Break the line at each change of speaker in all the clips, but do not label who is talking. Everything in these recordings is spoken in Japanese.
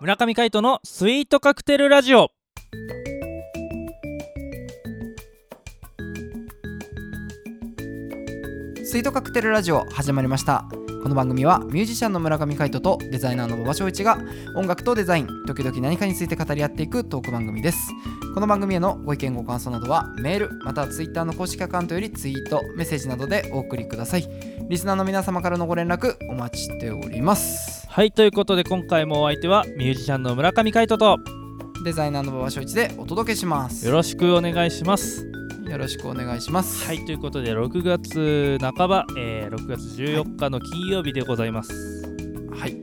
村上海人のスイートカクテルラジオ
スイートカクテルラジオ始まりましたこの番組はミュージシャンの村上海人とデザイナーの馬場翔一が音楽とデザイン時々何かについて語り合っていくトーク番組ですこの番組へのご意見ご感想などはメールまたはツイッターの公式アカウントよりツイートメッセージなどでお送りくださいリスナーの皆様からのご連絡お待ちしております
はいということで今回もお相手はミュージシャンの村上海人と
デザイナーの馬場翔一でお届けします
よろしくお願いします
よろしくお願いします
はいということで6月半ば、えー6月14日の金曜日でございます、
はい
い、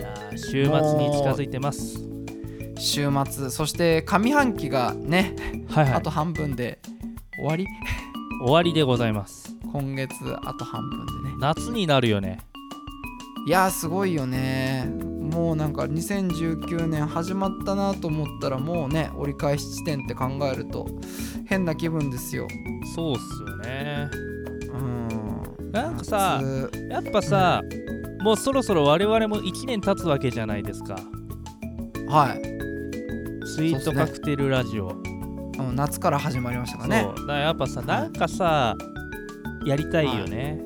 やー週末に近づいてます
週末そして上半期がね、
はいはい
あと半分で終わり
終わりでございます
今月あと半分でね
夏になるよね
いやーすごいよねもうなんか2019年始まったなと思ったらもうね折り返し地点って考えると変な気分ですよ
そうっすよね
うーん
なんかさ
夏
やっぱさ、もうそろそろ我々も1年経つわけじゃないですか
はい
スイートカクテルラジオそう,、
あの夏から始まりましたからね
だからやっぱさなんかさやりたいよね、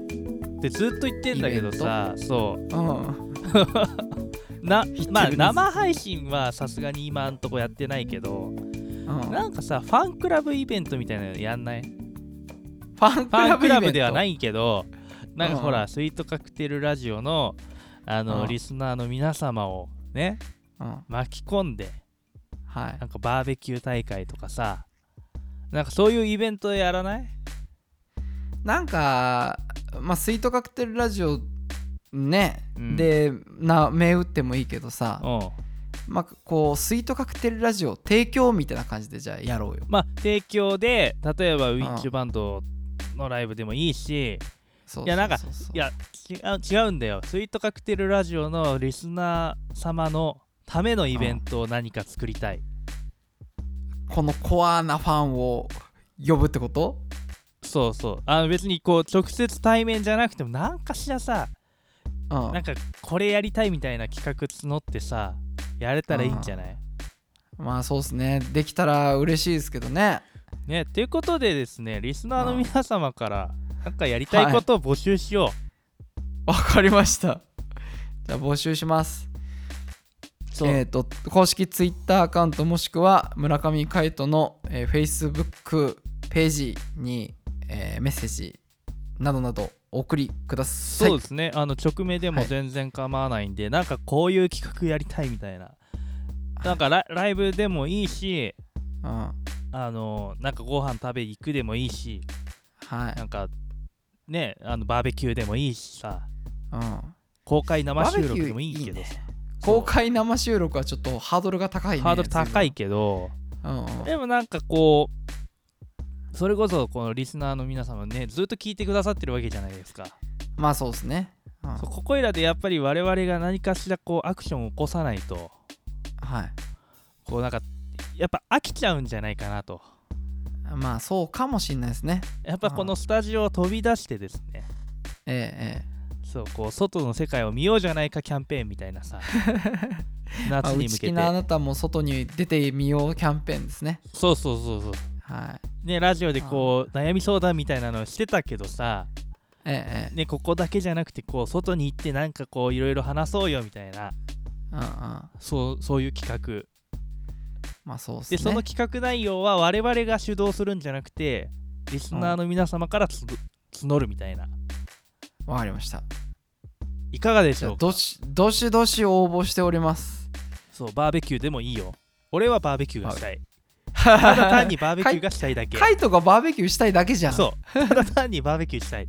でずっと言ってんだけどさそう
うん
な
ってるんです
まあ生配信はさすがに今んとこやってないけど
うん、フ
なんかさファンクラブイベントみたいなのやん ないフ
ァンク
ァ
ラ
ン
ブ
ク
イベン
ラ
ト
ブではないいけどなんか
うん
ほらスイートカクテルラジオのあ
う
の
ん
リスナーの皆様をね
うん
巻き込んで
はい
なんかバーベキュー大会とかさなんかそういうイベントやらない
なんか、まあ、スイートカクテルラジオね、
うん
でな銘打ってもいいけどさ、
うん
まあ、こうスイートカクテルラジオ提供みたいな感じでじゃあやろうよ
まあ提供で例えばウィッチバンドのライブでもいいし
そう
いやなんか
そうそう
いや違う違うんだよスイートカクテルラジオのリスナー様のためのイベントを何か作りたい、
このコアなファンを呼ぶってこと
そうそうあの別にこう直接対面じゃなくても何かしらさ
うん
なんかこれやりたいみたいな企画募ってさやれたらいいんじゃない、
まあそうですねできたら嬉しいですけどね
ねということでですねリスナーの皆様からなんかやりたいことを募集しよう、
わかりました じゃあ募集します
そう
えっ、と公式 Twitter アカウントもしくは村上海人の、えー Facebook ページに、えーメッセージなどなどお送りください
そうですねあの直名でも
はい
全然構わないんで、なんかこういう企画やりたいみたいななんかラライブでもいいし
うんは
あのなんかご飯食べに行くでもいいし
い、
なんかねあのバーベキューでもいいしさ
うん、
公開生収
バーベキュ
録
ー
でもいいけど
いい
さ
ね
そう
公開生収録はちょっとハードルが高いね
ハードル高いけど
うんうん
でもなんかこうそれこそこのリスナーの皆様ねずっと聞いてくださってるわけじゃないですか
まあそうですね、うん
そうここいらでやっぱり我々が何かしらこうアクションを起こさないと
はい
こうなんかやっぱ飽きちゃうんじゃないかなと
まあそうかもしれないですね。
やっぱこのスタジオを飛び出してですね
ええ
そうこう外の世界を見ようじゃないかキャンペーンみたいな さ
ええ。ま
夏
あ、
に
内
向
気
けて
なあなたも外に出てみようキャンペーンですね。
そうそうそうそう
はい。
ねラジオでこう悩み相談みたいなのしてたけどさ
ええええ。
ねここだけじゃなくてこう外に行ってなんかこういろいろ話そうよみたいな
うんうん。
そうそういう企画
まあそうです
で
ね。
その企画内容は我々が主導するんじゃなくてリスナーの皆様からつぶ募るみたいな
わかりました。
いかがでし
じゃ
ょ
あ
うか
どしどしどし応募しております。
そうバーベキューでもいいよ俺はバーベキューがしたいただ単にバーベキューがしたいだけ
カイトがバーベキューしたいだけじゃん。
そうただ単にバーベキューしたい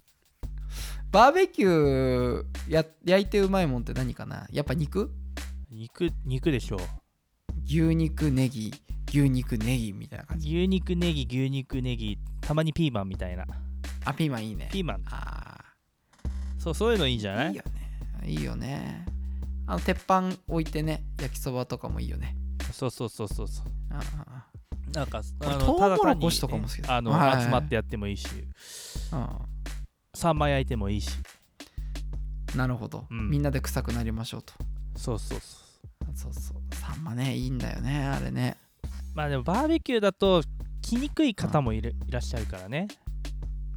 バーベキューや焼いてうまいもんって何かなやっぱ肉
肉肉でしょう
牛肉ネギ牛肉ネギみたいな感じ。
牛肉ネギ牛肉ネギたまにピーマンみたいな
あピーマンいいね。
ピーマン
あ
そうそういうのいいんじゃ
あ
ない
いいよね。いいよね。あの鉄板置いてね焼きそばとかもいいよね。
そうそうそうそうそう
ああ
なんか
れ
あの
トウ
ただ
モロ
単に
コシとかも好きです
ねあの、
はいはいはい
集まってやってもいいし
う
3枚焼いてもいいし
ん、なるほど、
うん
みんなで臭くなりましょうと
そうそうそう
そうそうサンマねいいんだよねあれね
まあでもバーベキューだと来にくい方もいるいらっしゃるからね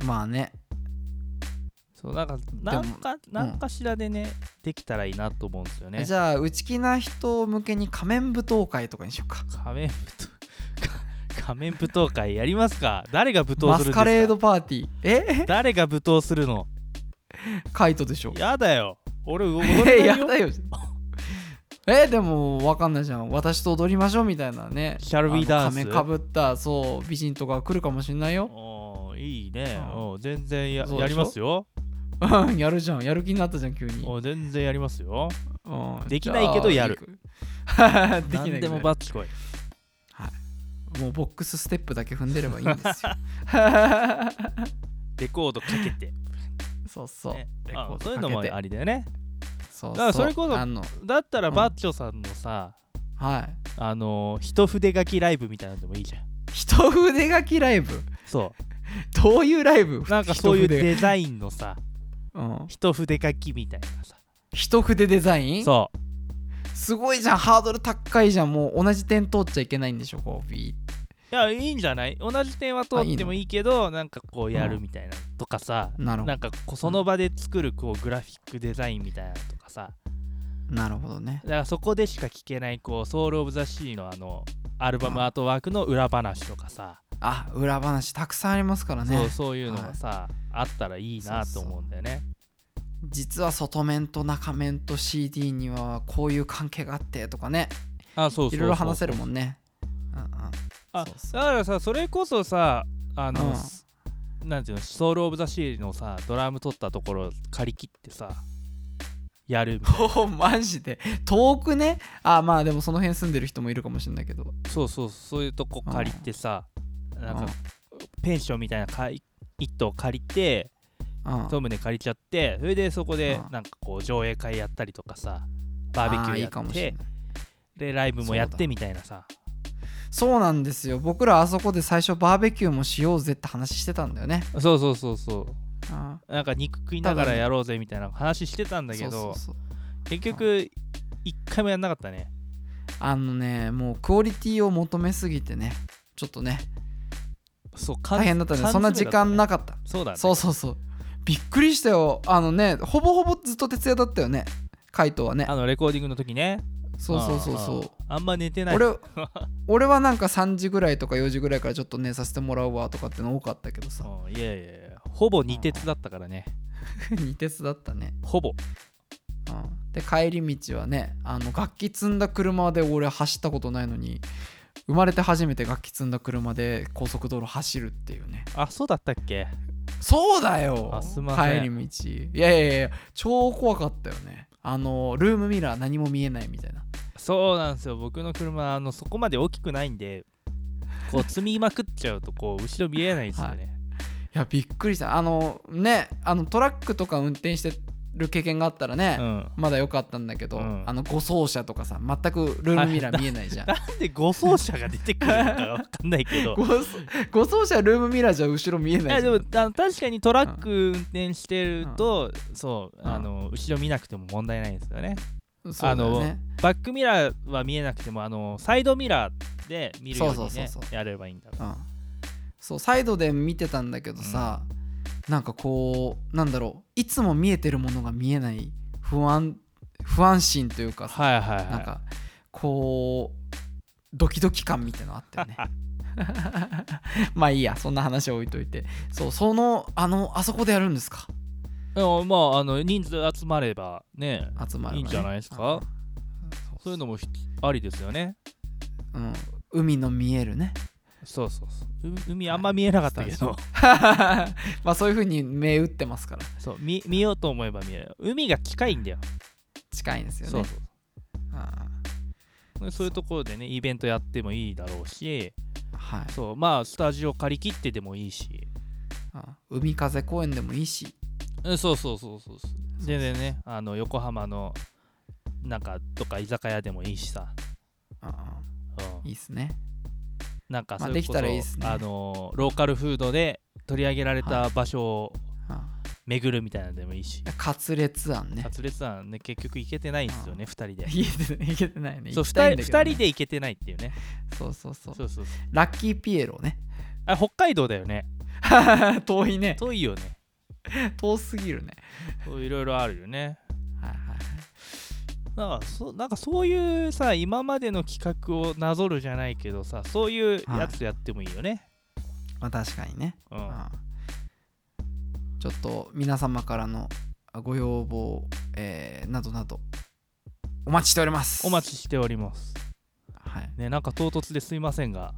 まあね
そうなんかなんかなんかしらでね、できたらいいなと思うんですよね
じゃあ内気な人向けに仮面舞踏会とかにしようか
仮面舞踏 か仮面舞踏会やりますか誰が舞踏
マ
するんで
ス
す
カ
か
レードパーティーえ
誰が舞踏するの
カイトでしょ
やだよ俺踊れ
え
な
や
いよ
だよえでも分かんないじゃん私と踊りましょうみたいなね
Shall
あの
we
仮
dance?
面かぶったそう美人とか来るかもしんないよ
おーいいね
うん
おー全然や
そうでしょ
やりますよ
うんやるじゃんやる気になったじゃん急に、
おー全然やりますよ
うん
できないけどやる
じゃあ できないけど
何でも
や
バッチこい
るもうボックスステップだけ踏んでればいいんで すよ
レコードかけて
そうそう、
ね
レコー
あ
ドかけて
そういうのもありだよね
そう
だからそれこそ
あの
だったら
うん
バッチョさんのさ、
はい
あのー一筆書きライブみたいなのでもいいじゃん
一筆書きライブ
そ
どういうライブ
うなんかそういう
一筆
デザインのさ
うん、
一筆書きみたいなさ
一筆デザイン
そ
すごいじゃんハードル高いじゃんもう同じ点通っちゃいけないんでしょこう
う
ビ
いやいいんじゃない同じ点は通
あい
っ
い
ても
の
いいけどなんかこうやるみたいなのとかさ
ーなるほ
な
ど
んかこうその場で作るこうグラフィックデザインみたいなのとかさ
なるほどね
だからそこでしか聞けないこうソウル・オブ・ザ・シーのあのアルバムアートワークの裏話とかさ、
あ裏話たくさんありますからね
そうそういうのがさ、あったらいいなと思うんだよね
実は外面と中面と CD にはこういう関係があってとかね
あそうそうそう
いろいろ話せるもんねうんうん
あ
そうそ
だ
う
からさそれこそさあの、
うん
すなんていうのソウル・オブ・ザ・シーのさドラム取ったところ借り切ってさやるみたい
おマジで遠くねあまあでもその辺住んでる人もいるかもしれないけど
なそうそうそういうとこ借りてさ、なんか、ペンションみたいなかい一棟借りて
うんうん、
トムで借りちゃってそれでそこで
うん
なんかこう上映会やったりとかさバーベキュ
あ
ー
い
や
いか
っ
もしてれない
でライブもやっ
そうだ
てみたいなさ
そうなんですよ僕らあそこで最初バーベキューもしようぜって話してたんだよね
そうそうそうそ
あ
うなんか肉食いながらやろうぜみたいな話してたんだけど、
そうそうそう
結局一回もやんなかったね
あのねもうクオリティを求めすぎてねちょっとね
そう缶
大変だったね
缶
そんな時
詰だったね
間なかった
そうだね
そうそうそうびっくりしたよあのねほぼほぼずっと徹夜だったよねカイトはね
あのレコーディングの時ね
そうそうそうそう
あんあんま寝てない
俺俺はなんか3時ぐらいとか4時ぐらいからちょっと寝させてもらうわとかっての多かったけどさ
うんいやいやいやほぼ二徹だったからね
二徹だったね、
ほぼ
うん、で帰り道はねあの楽器積んだ車で俺走ったことないのに生まれて初めて楽器積んだ車で高速道路走るっていうね
あそうだったっけ
そうだよ
あすんません
帰り道いやいやいや超怖かったよねあのルームミラー何も見えないみたいな
そうなんですよ僕の車あのそこまで大きくないんでこう積みまくっちゃうとこう後ろ見えないんですよね、
いやびっくりしたあのねあのトラックとか運転してる経験があったらね、
うん
まだ良かったんだけど、
うん
あの誤走車とかさ全くルームミラー見えない じゃん、
なんで護送車が出てくるのかわかんないけど
誤走誤走車ルームミラーじゃ後ろ見え
い
な
や
いじ
で
ゃん
もあの確かにトラック運転してると、そう
うん
あの後ろ見なくても問題ないんですよね
そうだよね
バックミラーは見えなくてもあのサイドミラーで見るように、ね、
そうそうそうそ
やればいいんだから
うん、そうサイドで見てたんだけどさ、なんかこうなんだろういつも見えてるものが見えない不安不安心というかさ、
はいはいはい
なんかこうドキドキ感みたいなのあった よねまあいいやそんな話は置いといてそうそのあのあそこでやるんですか
でもまああの人数集まればね
集まる、
いいんじゃないですか
うん
そういうのもひありですよね
うん、海の見えるね
そうそうそうう海あんま見えなかったけど、
はい まあそういう風に目打ってますから
そう見見ようと思えば見える海が近いんだよ
近いんですよね
そうそう
うん
そうそういうところでねイベントやってもいいだろうし
はい
そうまあスタジオ借り切ってでもいいし
うん海風公園でもいいし
うんそうそうそうそうそう全然ねあの横浜のなんかとか居酒屋でもいいしさ、
うんうん
うん
いいっすね
なんかそ
まあ
れこそ、
できたらいいっすね
あのーローカルフードで取り上げられた場所を
は
巡るみたいなのでもいいし
あ、カツレツ案ね
カツレツはね結局行けてないんですよね2人で
いけていけてないね
そう
行きたい
2
んだ
人
けどね
二人で行けてないっていうね
そうそうそう
そうそうそう
ラッキーピエロね
あ北海道だよね
遠いね
遠いよね
遠すぎるね
そういろいろあるよね
はいはい
なんかそなんかそういうさ今までの企画をなぞるじゃないけどさそういうやつやってもいいよね、
まあ確かにね、
うん
うんちょっと皆様からのご要望、えーなどなどお待ちしております
お待ちしております
はい
ねなんか唐突ですいませんが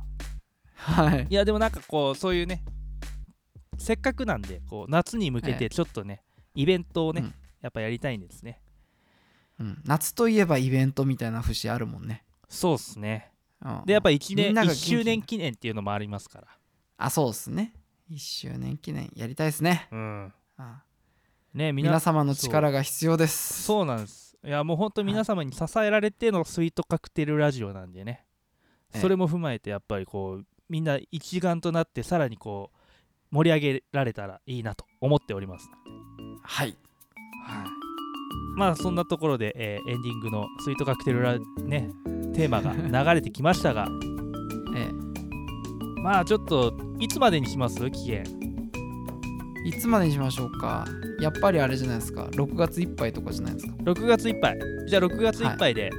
はい
いやでもなんかこうそういうねせっかくなんでこう夏に向け
え
てちょっとね、イベントをね、
うん
やっぱやりたいんですね
うん、夏といえばイベントみたいな節あるもんね、
そうっすね
うん
でやっぱ1
み
年
んなが
1
元気に
周年記念っていうのもありますから
あそうっすね1周年記念やりたいですね、
うん
あ
ね皆
皆様の力が必要です
そうなんですいやもう本当皆様に支えられてのスイートカクテルラジオなんでね、
ええ
それも踏まえてやっぱりこうみんな一丸となってさらにこう盛り上げられたらいいなと思っております
はい
はいまあそんなところで、えーエンディングのスイートカクテルラねテーマが流れてきましたが
え
まあちょっといつまでにします期限
えいつまでにしましょうかやっぱりあれじゃないですか6月いっぱいとかじゃないですか
6月いっぱいじゃあ6月いっぱいで、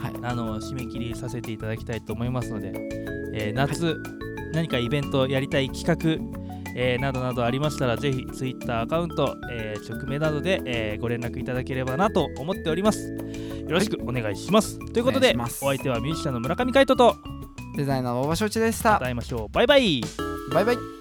はい
あの締め切りさせていただきたいと思いますので、えー夏、何かイベントやりたい企画、えーなどなどありましたらぜひ Twitter アカウント、えー、直名などで、えーご連絡いただければなと思っておりますよろしくお願いします、ということ
お願
で
いし
お
ます
相手はミュージシャンの村上海人と
デザイナーの馬場翔一でし
ま
た
た会いましょうバイバイ
バイバイ